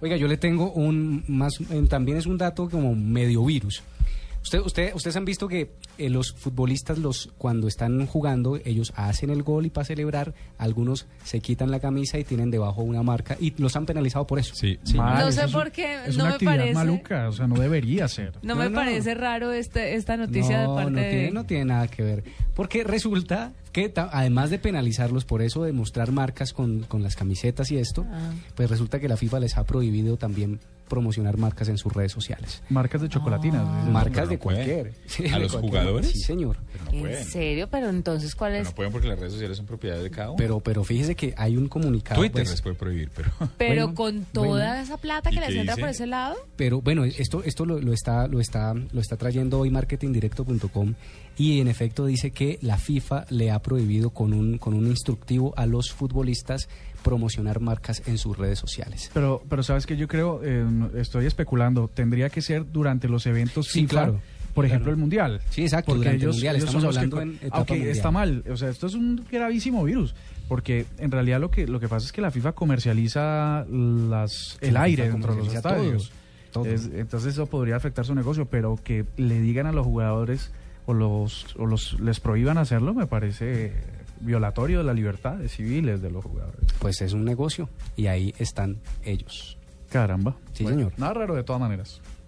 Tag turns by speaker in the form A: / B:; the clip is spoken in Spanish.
A: Oiga, yo le tengo un más, eh, también es un dato como medio virus. Usted, usted, ustedes han visto que eh, los futbolistas, los cuando están jugando, ellos hacen el gol y para celebrar, algunos se quitan la camisa y tienen debajo una marca y los han penalizado por eso.
B: Sí,
C: No
D: eso
C: sé
D: es
C: por
D: un-
C: qué,
D: Es
C: no
D: una
C: me
D: actividad
C: parece.
D: maluca, o sea, no debería ser.
A: No,
C: No, me
A: no.
C: parece raro este, esta noticia
A: no,
C: de parte
A: no
C: de...
A: tiene, no tiene nada que ver. Porque resulta que ta- además de penalizarlos por eso, de mostrar marcas con, con las camisetas y esto,
C: Ah.
A: pues resulta que la FIFA les ha prohibido también promocionar marcas en sus redes sociales.
D: Marcas de chocolatinas.
C: Ah.
D: es eso.
A: Marcas
B: no
A: de
B: pueden.
A: cualquier.
B: ¿A
A: de
B: los
A: cualquier-
B: jugadores?
A: Sí, señor.
B: Pero no
C: ¿En
B: pueden.
C: serio? Pero entonces, ¿cuál
B: Pero
C: es?
B: no pueden porque las redes sociales son propiedad de cada uno.
A: Pero, pero fíjese que hay un comunicado.
B: Twitter
A: pues,
B: les puede prohibir, pero.
C: Pero
A: Bueno,
C: con toda
A: bueno.
C: esa plata
B: ¿Y
C: que les
B: qué
C: entra
B: dice?
C: por ese lado,
A: pero bueno, esto, esto lo, lo está, lo, está, lo está trayendo hoy marketingdirecto.com y en efecto dice que la FIFA le ha prohibido con un, con un instructivo a los futbolistas promocionar marcas en sus redes sociales.
D: Pero, pero sabes que yo creo, eh, estoy especulando, tendría que ser durante los eventos
A: Sí,
D: FIFA,
A: claro.
D: por ejemplo el mundial.
A: Sí, exacto, durante el Mundial, estamos
D: son los
A: hablando
D: co-
A: en etapa
D: aunque
A: mundial.
D: está mal, o sea, esto es un gravísimo virus, porque en realidad lo que lo que pasa es que la FIFA comercializa las el
A: La
D: aire
A: FIFA
D: dentro de los
A: comercializa todo,
D: estadios.
A: todo.
D: Es- entonces eso podría afectar su negocio, pero que le digan a los jugadores o los o los les prohíban hacerlo me parece violatorio de las libertades civiles de los jugadores.
A: Pues es un negocio y ahí están ellos.
D: Caramba.
A: Sí, señor.
D: Nada raro de todas maneras.